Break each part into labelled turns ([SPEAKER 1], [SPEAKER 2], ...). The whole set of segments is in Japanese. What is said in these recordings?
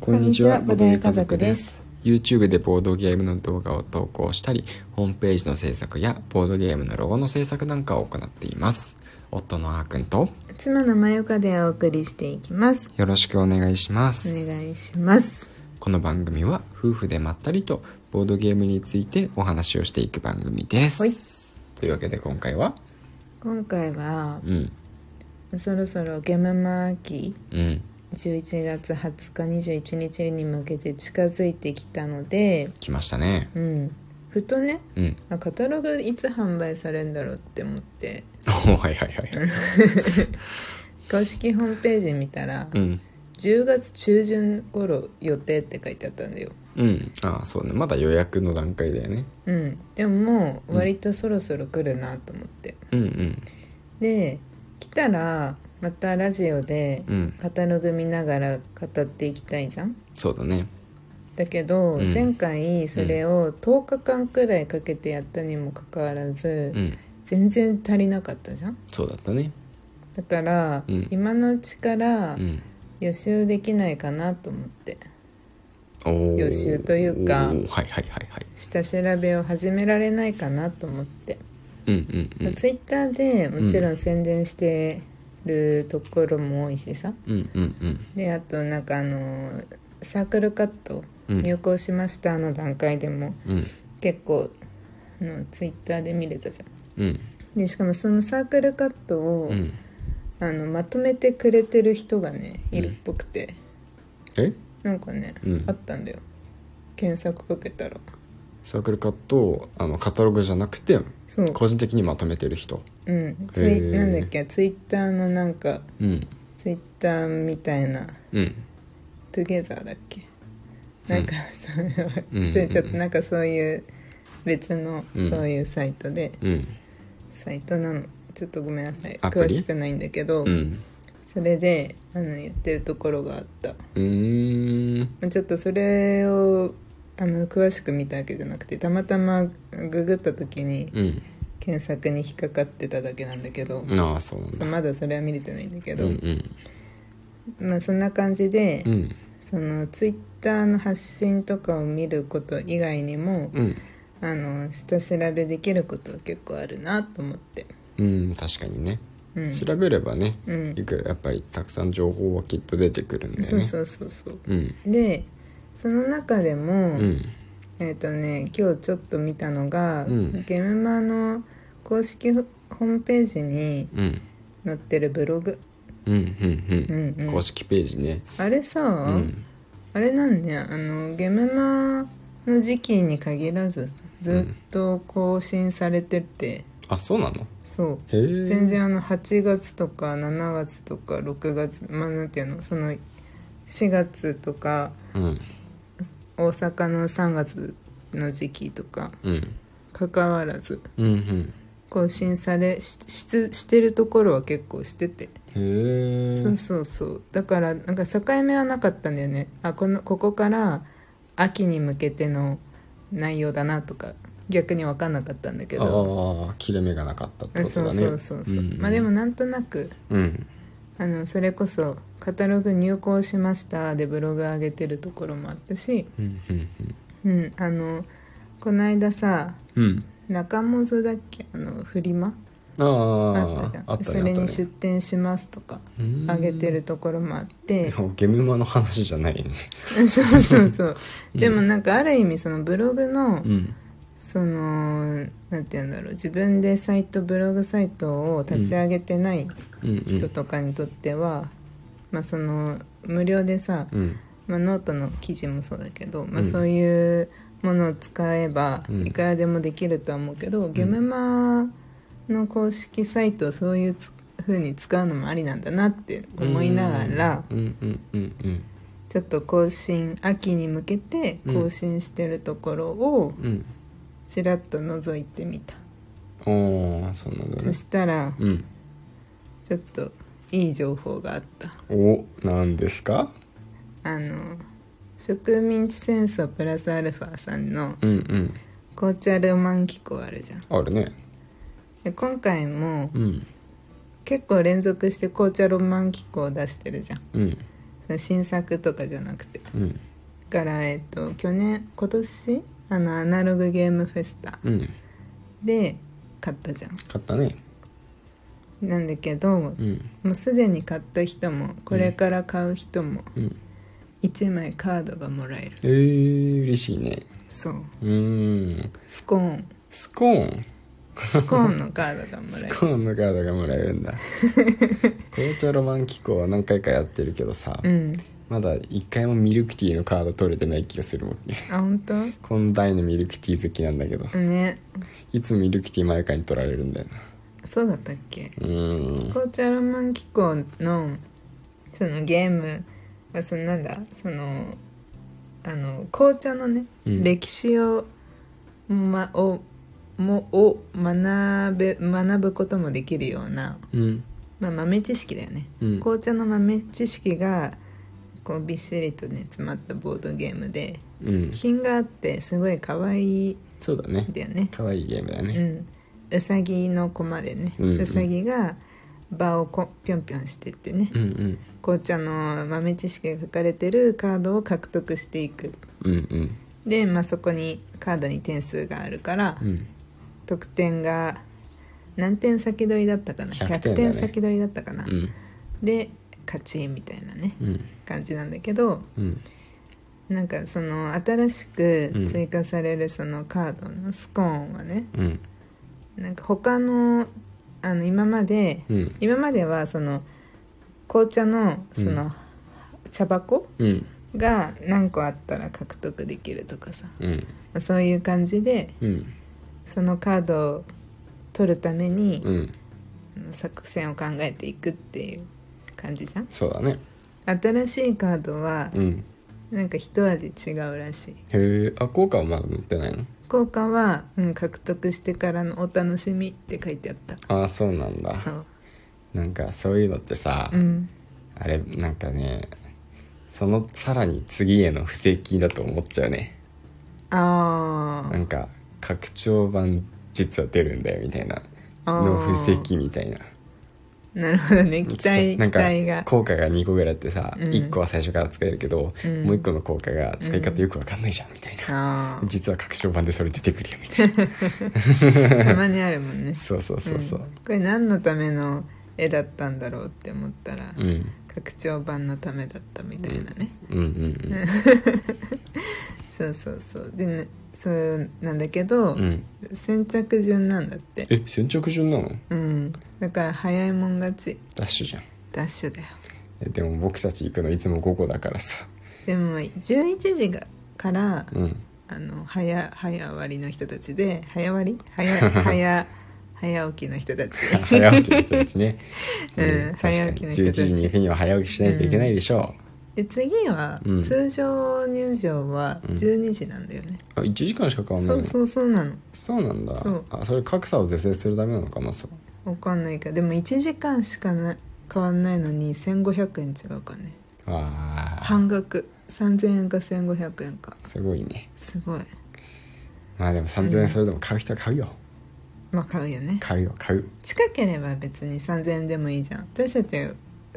[SPEAKER 1] こんにちは、
[SPEAKER 2] こんにちは
[SPEAKER 1] ボドゲ家族です。
[SPEAKER 2] YouTube でボードゲームの動画を投稿したり、ホームページの制作やボードゲームのロゴの制作なんかを行っています。夫のあーくんと
[SPEAKER 1] 妻のまゆかでお送りしていきます。
[SPEAKER 2] よろしくお願いしま
[SPEAKER 1] お
[SPEAKER 2] す。
[SPEAKER 1] 願いします。
[SPEAKER 2] この番組は夫婦でまったりとボードゲームについてお話をしていく番組です。
[SPEAKER 1] はい
[SPEAKER 2] というわけで今回は、
[SPEAKER 1] 今回は
[SPEAKER 2] うん、
[SPEAKER 1] そろそろゲムマ秋
[SPEAKER 2] うん、
[SPEAKER 1] 11月20日21日に向けて近づいてきたので、
[SPEAKER 2] 来ましたね。
[SPEAKER 1] うん、ふとね
[SPEAKER 2] うん。
[SPEAKER 1] あカタログいつ販売されるんだろうって思って
[SPEAKER 2] おーはいはいはい。
[SPEAKER 1] 公式ホームページ見たら
[SPEAKER 2] うん。
[SPEAKER 1] 10月中旬頃予定って書いてあったんだよ。
[SPEAKER 2] うん。ああ、そうね。まだ予約の段階だよね。
[SPEAKER 1] うん、でももう割とそろそろ来るなと思って。
[SPEAKER 2] うんうん。
[SPEAKER 1] で来たらまたラジオで
[SPEAKER 2] うん。
[SPEAKER 1] カタログ見ながら語っていきたいじゃん
[SPEAKER 2] そうだね。
[SPEAKER 1] だけど、
[SPEAKER 2] うん
[SPEAKER 1] 前回それを10日間くらいかけてやったにもかかわらず、
[SPEAKER 2] うん。
[SPEAKER 1] 全然足りなかったじゃん
[SPEAKER 2] そうだったね。
[SPEAKER 1] だから、
[SPEAKER 2] うん
[SPEAKER 1] 今のうちから
[SPEAKER 2] うん。
[SPEAKER 1] 予習できないかなと思って
[SPEAKER 2] 予
[SPEAKER 1] 予習というか
[SPEAKER 2] はいはいはいはい
[SPEAKER 1] 下調べを始められないかなと思って、
[SPEAKER 2] うんうんうん
[SPEAKER 1] ツイッターでもちろん宣伝してるところも多いしさ、
[SPEAKER 2] うんうん
[SPEAKER 1] であとなんかあのサークルカット
[SPEAKER 2] うん
[SPEAKER 1] 入校しましたの段階でも
[SPEAKER 2] うん
[SPEAKER 1] 結構あのツイッターで見れたじゃん
[SPEAKER 2] うん
[SPEAKER 1] でしかもそのサークルカットを、
[SPEAKER 2] うん
[SPEAKER 1] あのまとめてくれてる人がねいるっぽくて、
[SPEAKER 2] え
[SPEAKER 1] なんかね、
[SPEAKER 2] うん
[SPEAKER 1] あったんだよ検索かけたら
[SPEAKER 2] サークルカットをあのカタログじゃなくて
[SPEAKER 1] そう
[SPEAKER 2] 個人的にまとめてる人
[SPEAKER 1] うんツイ
[SPEAKER 2] へー
[SPEAKER 1] なんだっけツイッターのなんか
[SPEAKER 2] うん
[SPEAKER 1] ツイッターみたいな
[SPEAKER 2] うん
[SPEAKER 1] トゥゲザーだっけなんか、それは
[SPEAKER 2] うん
[SPEAKER 1] 忘 れちゃったなんかそういう別の、
[SPEAKER 2] うん
[SPEAKER 1] そういうサイトで
[SPEAKER 2] うん
[SPEAKER 1] サイトなのちょっとごめんなさい
[SPEAKER 2] アプリ
[SPEAKER 1] 詳しくないんだけど、
[SPEAKER 2] うん
[SPEAKER 1] それであの言ってるところがあったま
[SPEAKER 2] うーん
[SPEAKER 1] あちょっとそれをあの詳しく見たわけじゃなくてたまたまググった時に
[SPEAKER 2] うん
[SPEAKER 1] 検索に引っかかってただけなんだけど、
[SPEAKER 2] ああそうなん
[SPEAKER 1] そ
[SPEAKER 2] だ
[SPEAKER 1] うまだそれは見れてないんだけ
[SPEAKER 2] う
[SPEAKER 1] ど、
[SPEAKER 2] んうん
[SPEAKER 1] まあ、そんな感じで、
[SPEAKER 2] うん
[SPEAKER 1] そのツイッターの発信とかを見ること以外にも、
[SPEAKER 2] うん
[SPEAKER 1] あの下調べできることは結構あるなと思って、
[SPEAKER 2] うん確かにね
[SPEAKER 1] うん、
[SPEAKER 2] 調べればね
[SPEAKER 1] うん
[SPEAKER 2] いくらやっぱりたくさん情報はきっと出てくるんだよ
[SPEAKER 1] そう
[SPEAKER 2] ね
[SPEAKER 1] そうそうそう
[SPEAKER 2] うん
[SPEAKER 1] でその中でも、
[SPEAKER 2] うん
[SPEAKER 1] えっ、とね今日ちょっと見たのが、
[SPEAKER 2] うん
[SPEAKER 1] ゲムマの公式ホームページに
[SPEAKER 2] うん
[SPEAKER 1] 載ってるブログ、
[SPEAKER 2] うんうん
[SPEAKER 1] う
[SPEAKER 2] うん
[SPEAKER 1] んうん、
[SPEAKER 2] 公式ページね
[SPEAKER 1] あれさ、
[SPEAKER 2] うん
[SPEAKER 1] あれなんねあのゲムマの時期に限らずずっと更新されてて、
[SPEAKER 2] あそうなの
[SPEAKER 1] そう
[SPEAKER 2] へえ
[SPEAKER 1] 全然あの8月とか7月とか6月まあなんていうのその4月とか
[SPEAKER 2] うん
[SPEAKER 1] 大阪の3月の時期とか
[SPEAKER 2] うん
[SPEAKER 1] かかわらず
[SPEAKER 2] うん
[SPEAKER 1] 更新されしししてるところは結構してて、
[SPEAKER 2] うんへえ
[SPEAKER 1] そうそうそうだからなんか境目はなかったんだよねあこのここから秋に向けての内容だなとか逆に分かんなかったんだけど
[SPEAKER 2] ああ切れ目がなかったって
[SPEAKER 1] あ
[SPEAKER 2] こと
[SPEAKER 1] そう
[SPEAKER 2] だね
[SPEAKER 1] そうそうそう、
[SPEAKER 2] んん
[SPEAKER 1] まあでもなんとなく
[SPEAKER 2] うん
[SPEAKER 1] あのそれこそ「カタログ入稿しました」でブログ上げてるところもあったし、
[SPEAKER 2] うんうん
[SPEAKER 1] うん、あのこの間さ
[SPEAKER 2] うん
[SPEAKER 1] 中本だっけあのフリマ
[SPEAKER 2] あ
[SPEAKER 1] あ
[SPEAKER 2] あ
[SPEAKER 1] ったじゃん
[SPEAKER 2] あったね
[SPEAKER 1] それ
[SPEAKER 2] あ
[SPEAKER 1] に
[SPEAKER 2] った
[SPEAKER 1] 出
[SPEAKER 2] ね
[SPEAKER 1] 店しますとか
[SPEAKER 2] うん
[SPEAKER 1] 上げてるところもあって
[SPEAKER 2] もうゲムマの話じゃないね
[SPEAKER 1] そうそうそうでもなんかある意味そのブログの
[SPEAKER 2] うん
[SPEAKER 1] そのなんて言うんだろう自分でサイトブログサイトを立ち上げてない
[SPEAKER 2] うんう
[SPEAKER 1] 人
[SPEAKER 2] ん
[SPEAKER 1] とかにとっては、まあその無料でさ、
[SPEAKER 2] うん
[SPEAKER 1] まあ、ノートの記事もそうだけど、まあ、
[SPEAKER 2] うん
[SPEAKER 1] そういうものを使えば
[SPEAKER 2] うん
[SPEAKER 1] いくらでもできるとは思うけど、ゲムマの公式サイトをそういうつ風に使うのもありなんだなって思いながら
[SPEAKER 2] うんうんうんうん
[SPEAKER 1] ちょっと更新秋に向けて更新してるところを
[SPEAKER 2] うん
[SPEAKER 1] ちらっと覗いてみた、
[SPEAKER 2] おおそうなんだ
[SPEAKER 1] そ
[SPEAKER 2] ね
[SPEAKER 1] したら
[SPEAKER 2] うん
[SPEAKER 1] ちょっといい情報があった
[SPEAKER 2] おなんですか
[SPEAKER 1] あの植民地戦争プラスアルファさんの
[SPEAKER 2] うんうん
[SPEAKER 1] 紅茶ロマン機構あるじゃん
[SPEAKER 2] あるね
[SPEAKER 1] で今回も
[SPEAKER 2] うん
[SPEAKER 1] 結構連続して紅茶ロマン機構を出してるじゃん
[SPEAKER 2] うん
[SPEAKER 1] その新作とかじゃなくてだ
[SPEAKER 2] うん
[SPEAKER 1] からえっと去年今年あのアナログゲームフェスタ
[SPEAKER 2] うん
[SPEAKER 1] で買ったじゃん
[SPEAKER 2] 買ったね
[SPEAKER 1] なんだけど
[SPEAKER 2] うん
[SPEAKER 1] もうすでに買った人もこれから買う人も
[SPEAKER 2] うん
[SPEAKER 1] 1枚カードがもらえる
[SPEAKER 2] えー、嬉しいね
[SPEAKER 1] そう
[SPEAKER 2] うーん
[SPEAKER 1] スコーン
[SPEAKER 2] スコーン
[SPEAKER 1] スコーンのカードがもら え
[SPEAKER 2] ス
[SPEAKER 1] る
[SPEAKER 2] コーンのカードがもらえるん だ紅茶ロマン機構は何回かやってるけどさ、
[SPEAKER 1] うん
[SPEAKER 2] まだ一回もミルクティーのカード取れてない気がするもん ね
[SPEAKER 1] あ本当
[SPEAKER 2] この大のミルクティー好きなんだけど
[SPEAKER 1] ね
[SPEAKER 2] いつもミルクティー前かに取られるんだよな
[SPEAKER 1] そうだったっけ
[SPEAKER 2] うーん
[SPEAKER 1] 紅茶ロマン機構のそのゲームはそのなんだそのあの紅茶のね、
[SPEAKER 2] うん
[SPEAKER 1] 歴史を,、ま、をもを学べ学ぶこともできるような、
[SPEAKER 2] うん
[SPEAKER 1] まあ、豆知識だよね、
[SPEAKER 2] うん
[SPEAKER 1] 紅茶の豆知識がこうびっしりとね詰まったボードゲームで
[SPEAKER 2] うん
[SPEAKER 1] 品があってすごい可愛い
[SPEAKER 2] そうだね
[SPEAKER 1] んだよね
[SPEAKER 2] 可愛いゲームだ
[SPEAKER 1] う
[SPEAKER 2] ね
[SPEAKER 1] ん、うさぎのコマでね、
[SPEAKER 2] う
[SPEAKER 1] うん
[SPEAKER 2] うん
[SPEAKER 1] さぎが場をこぴょんぴょんしてってね、
[SPEAKER 2] うんうん
[SPEAKER 1] 紅茶の豆知識が書かれてるカードを獲得していく
[SPEAKER 2] うんうん
[SPEAKER 1] で、まあ、そこにカードに点数があるから、
[SPEAKER 2] うん
[SPEAKER 1] 得点が何点先取りだったかな
[SPEAKER 2] 100点
[SPEAKER 1] 100
[SPEAKER 2] だね
[SPEAKER 1] 点先取りだったかな、
[SPEAKER 2] うん
[SPEAKER 1] で勝ちみたいなね
[SPEAKER 2] うん
[SPEAKER 1] 感じなんだけど
[SPEAKER 2] うん
[SPEAKER 1] なんかその新しく追加されるそのカードのスコーンはね、
[SPEAKER 2] うん
[SPEAKER 1] なんか他のあの今まで、
[SPEAKER 2] うん
[SPEAKER 1] 今まではその紅茶のその、
[SPEAKER 2] うん
[SPEAKER 1] 茶箱
[SPEAKER 2] うん
[SPEAKER 1] が何個あったら獲得できるとかさ
[SPEAKER 2] うん
[SPEAKER 1] そういう感じで
[SPEAKER 2] うん
[SPEAKER 1] そのカードを取るために、
[SPEAKER 2] うん
[SPEAKER 1] 作戦を考えていくっていう感じじゃん
[SPEAKER 2] そうだね
[SPEAKER 1] 新しいカードは
[SPEAKER 2] うん
[SPEAKER 1] なんか一味違うらしい
[SPEAKER 2] へえあ効果はまだ持ってないの
[SPEAKER 1] 効果は、うん、獲得してからのお楽しみって書いてあった
[SPEAKER 2] ああそうなんだ
[SPEAKER 1] そう
[SPEAKER 2] なんかそういうのってさ、
[SPEAKER 1] うん
[SPEAKER 2] あれなんかねそのさらに次への布石だと思っちゃうね
[SPEAKER 1] あ
[SPEAKER 2] なんか拡張版実は出るんだよみたいな
[SPEAKER 1] あ
[SPEAKER 2] の
[SPEAKER 1] ー
[SPEAKER 2] 布石みたいな
[SPEAKER 1] あなるほどね期
[SPEAKER 2] そう
[SPEAKER 1] 待期
[SPEAKER 2] なんか
[SPEAKER 1] 待が
[SPEAKER 2] 効果が2個ぐらいあってさ、
[SPEAKER 1] うん
[SPEAKER 2] 1個は最初から使えるけど、
[SPEAKER 1] うん
[SPEAKER 2] もう1個の効果が使い方よくわかんないじゃんみたいな、
[SPEAKER 1] ああ
[SPEAKER 2] 実は拡張版でそれ出てくるよみたいな
[SPEAKER 1] たまにあるもんね
[SPEAKER 2] そうそうそうそう
[SPEAKER 1] うんこれ何のための絵だったんだろうって思ったら、
[SPEAKER 2] うん、
[SPEAKER 1] 拡張版のためだったみたいなね、
[SPEAKER 2] うんうん
[SPEAKER 1] そうそうそうでねそうなんだけど、
[SPEAKER 2] うんうん
[SPEAKER 1] 先着順なんだって
[SPEAKER 2] え先着順なの
[SPEAKER 1] うんだから早いもん勝ち
[SPEAKER 2] ダッシュじゃん
[SPEAKER 1] ダッシュだよ
[SPEAKER 2] えでも僕たち行くのいつも午後だからさ
[SPEAKER 1] でも11時がから
[SPEAKER 2] うん
[SPEAKER 1] あの早早割りの人たちで早割り 早早早起きの人たち
[SPEAKER 2] 早起きの人たちね、
[SPEAKER 1] うん
[SPEAKER 2] 確かに
[SPEAKER 1] 早起きの人
[SPEAKER 2] 11
[SPEAKER 1] たち
[SPEAKER 2] 時に行くには早起きしないといけないでしょ
[SPEAKER 1] で次は、
[SPEAKER 2] うん
[SPEAKER 1] 通常入場は
[SPEAKER 2] うん
[SPEAKER 1] 12時なんだよね、
[SPEAKER 2] う、あ1時間しか変わんない
[SPEAKER 1] そ
[SPEAKER 2] うの
[SPEAKER 1] そうそうなの
[SPEAKER 2] そうなんだ
[SPEAKER 1] そう
[SPEAKER 2] あそれ格差を是正するためなのかなそう
[SPEAKER 1] わかんないけどでも1時間しかな変わんないのに1500円違うかね
[SPEAKER 2] ああ
[SPEAKER 1] 半額3000円か1500円か
[SPEAKER 2] すごいね
[SPEAKER 1] すごい
[SPEAKER 2] まあでも3000円それでも買う人は買うよ
[SPEAKER 1] まあ買うよね
[SPEAKER 2] 買うよ買う
[SPEAKER 1] 近ければ別に3000円でもいいじゃん私たち、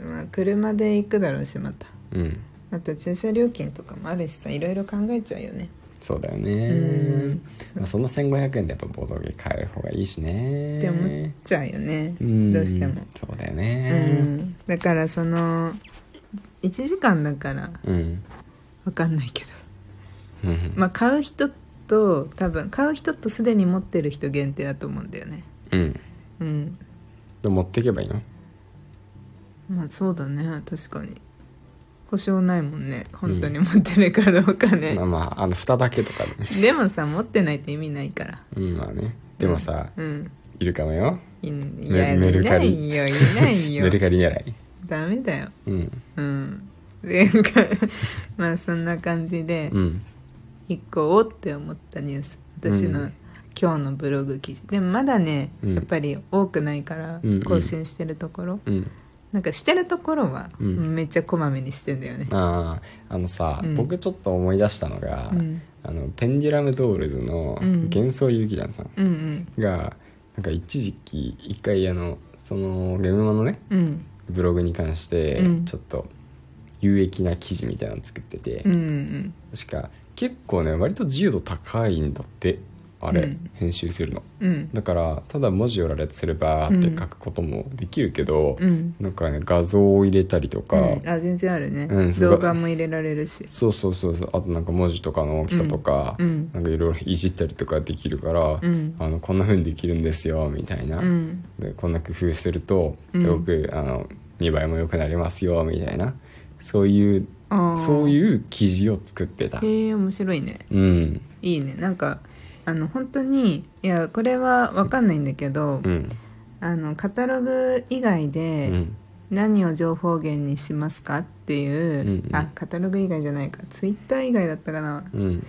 [SPEAKER 1] まあ、車で行くだろうしまた
[SPEAKER 2] うん
[SPEAKER 1] また駐車料金とかもあるしさいろいろ考えちゃうよね
[SPEAKER 2] そうだよ
[SPEAKER 1] う
[SPEAKER 2] ね
[SPEAKER 1] ん
[SPEAKER 2] まあその1500円でやっぱボードゲー買える方がいいしね
[SPEAKER 1] って思っちゃうよね
[SPEAKER 2] うん
[SPEAKER 1] どうしても
[SPEAKER 2] そうだよ
[SPEAKER 1] う
[SPEAKER 2] ね
[SPEAKER 1] んだからその1時間だから
[SPEAKER 2] うん
[SPEAKER 1] わかんないけど
[SPEAKER 2] うん
[SPEAKER 1] まあ買う人と多分買う人とすでに持ってる人限定だと思うんだよね
[SPEAKER 2] うん
[SPEAKER 1] うん
[SPEAKER 2] でも持っていけばいいの
[SPEAKER 1] まあそうだね確かに保証ないもんね本当に持ってるかどうかね、
[SPEAKER 2] まあまああの蓋だけとかでね
[SPEAKER 1] でもさ持ってないって意味ないから
[SPEAKER 2] うんまあねでもさ
[SPEAKER 1] うん
[SPEAKER 2] いるかもよ
[SPEAKER 1] いい
[SPEAKER 2] メ
[SPEAKER 1] や
[SPEAKER 2] メル
[SPEAKER 1] い
[SPEAKER 2] カ
[SPEAKER 1] な
[SPEAKER 2] リ
[SPEAKER 1] いよいない よ
[SPEAKER 2] メルカリやらい
[SPEAKER 1] ダメだよ
[SPEAKER 2] うん
[SPEAKER 1] うんなんか まあそんな感じで
[SPEAKER 2] うん
[SPEAKER 1] 一個おって思ったニュース私の、
[SPEAKER 2] うん
[SPEAKER 1] 今日のブログ記事でもまだね、
[SPEAKER 2] うん
[SPEAKER 1] やっぱり多くないから
[SPEAKER 2] うんうん
[SPEAKER 1] 更新してるところ、
[SPEAKER 2] うん
[SPEAKER 1] なんかしてるところは
[SPEAKER 2] うん
[SPEAKER 1] めっちゃこまめにしてんだよね、
[SPEAKER 2] あああのさ、
[SPEAKER 1] うん
[SPEAKER 2] 僕ちょっと思い出したのが、
[SPEAKER 1] うん
[SPEAKER 2] あのペンデュラムドールズの
[SPEAKER 1] うん
[SPEAKER 2] 幻想ゆきちゃんさん
[SPEAKER 1] うん、うん
[SPEAKER 2] がなんか一時期一回あのそのゲームマのね
[SPEAKER 1] うん
[SPEAKER 2] ブログに関して
[SPEAKER 1] うん
[SPEAKER 2] ちょっと有益な記事みたいなの作ってて、
[SPEAKER 1] うんうん
[SPEAKER 2] 確か結構ね割と自由度高いんだってあれ、
[SPEAKER 1] うん
[SPEAKER 2] 編集するの
[SPEAKER 1] うん
[SPEAKER 2] だからただ文字を羅列すればって書くこともできるけど、
[SPEAKER 1] うん
[SPEAKER 2] なんかね画像を入れたりとか、
[SPEAKER 1] うんあ全然あるね、
[SPEAKER 2] うんすごい
[SPEAKER 1] 動画も入れられるし
[SPEAKER 2] そうそうそうそうあとなんか文字とかの大きさとか、
[SPEAKER 1] うん
[SPEAKER 2] なんかいろいろいじったりとかできるから、
[SPEAKER 1] うん
[SPEAKER 2] あのこんな風にできるんですよみたいな、
[SPEAKER 1] うん
[SPEAKER 2] でこんな工夫すると
[SPEAKER 1] うん
[SPEAKER 2] すごく、あの見栄えも良くなりますよみたいなそういう
[SPEAKER 1] ああ
[SPEAKER 2] そう
[SPEAKER 1] う
[SPEAKER 2] いう記事を作ってた。
[SPEAKER 1] へえ面白いね
[SPEAKER 2] うん
[SPEAKER 1] いいねなんかあの本当にいやこれは分かんないんだけど、
[SPEAKER 2] うん
[SPEAKER 1] あのカタログ以外
[SPEAKER 2] う
[SPEAKER 1] で
[SPEAKER 2] ん
[SPEAKER 1] 何を情報源にしますかっていう、
[SPEAKER 2] うんうん
[SPEAKER 1] あカタログ以外じゃないかツイッター以外だったかな
[SPEAKER 2] うん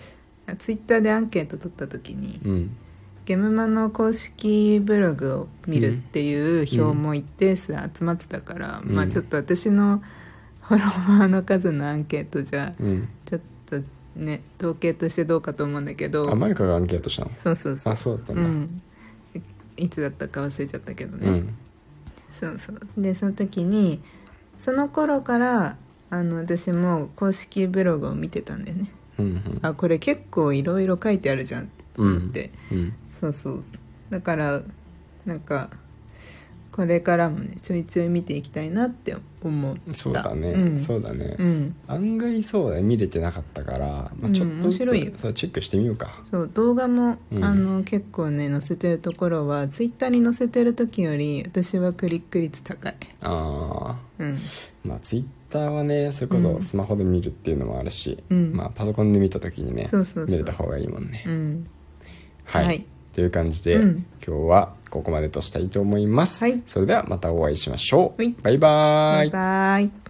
[SPEAKER 1] あツイッターでアンケート取った時に、
[SPEAKER 2] うん
[SPEAKER 1] ゲムマの公式ブログを見るっていう票も一定数集まってたから、
[SPEAKER 2] うん
[SPEAKER 1] まあちょっと私のフォロワーの数のアンケートじゃ
[SPEAKER 2] うん
[SPEAKER 1] ちょっとね統計としてどうかと思うんだけど
[SPEAKER 2] あマイカがアンケートしたの
[SPEAKER 1] そうそうそう
[SPEAKER 2] あそうだったん
[SPEAKER 1] う
[SPEAKER 2] だ、
[SPEAKER 1] んいいつだったか忘れちゃったけどね、
[SPEAKER 2] うん
[SPEAKER 1] そうそうでその時にその頃からあの私も公式ブログを見てたんだよね
[SPEAKER 2] うん
[SPEAKER 1] あこれ結構いろいろ書いてあるじゃんと思って、
[SPEAKER 2] うん
[SPEAKER 1] そうそうだからなんかこれからもねちょいちょい見ていきたいなって思った
[SPEAKER 2] そうだね、
[SPEAKER 1] うん、
[SPEAKER 2] そうだね、
[SPEAKER 1] うん
[SPEAKER 2] 案外そうだね見れてなかったから、まあ、ちょっとずつ、
[SPEAKER 1] うん面白いよ
[SPEAKER 2] そうチェックしてみようか
[SPEAKER 1] そう動画も、
[SPEAKER 2] うん
[SPEAKER 1] あの結構ね載せてるところはツイッターに載せてる時より私はクリック率高い
[SPEAKER 2] ああ
[SPEAKER 1] うん
[SPEAKER 2] まあツイッターはねそれこ
[SPEAKER 1] う
[SPEAKER 2] そ
[SPEAKER 1] ん
[SPEAKER 2] スマホで見るっていうのもあるし、
[SPEAKER 1] うん
[SPEAKER 2] まあ、パソコンで見た時にね
[SPEAKER 1] そうそうそ
[SPEAKER 2] 見
[SPEAKER 1] う
[SPEAKER 2] れた方がいいもんね、
[SPEAKER 1] うん
[SPEAKER 2] はい、
[SPEAKER 1] はい
[SPEAKER 2] という感じで、
[SPEAKER 1] うん
[SPEAKER 2] 今日はここまでとしたいと思います、
[SPEAKER 1] はい
[SPEAKER 2] それではまたお会いしましょう、
[SPEAKER 1] はい
[SPEAKER 2] バイバーイ
[SPEAKER 1] バイバイ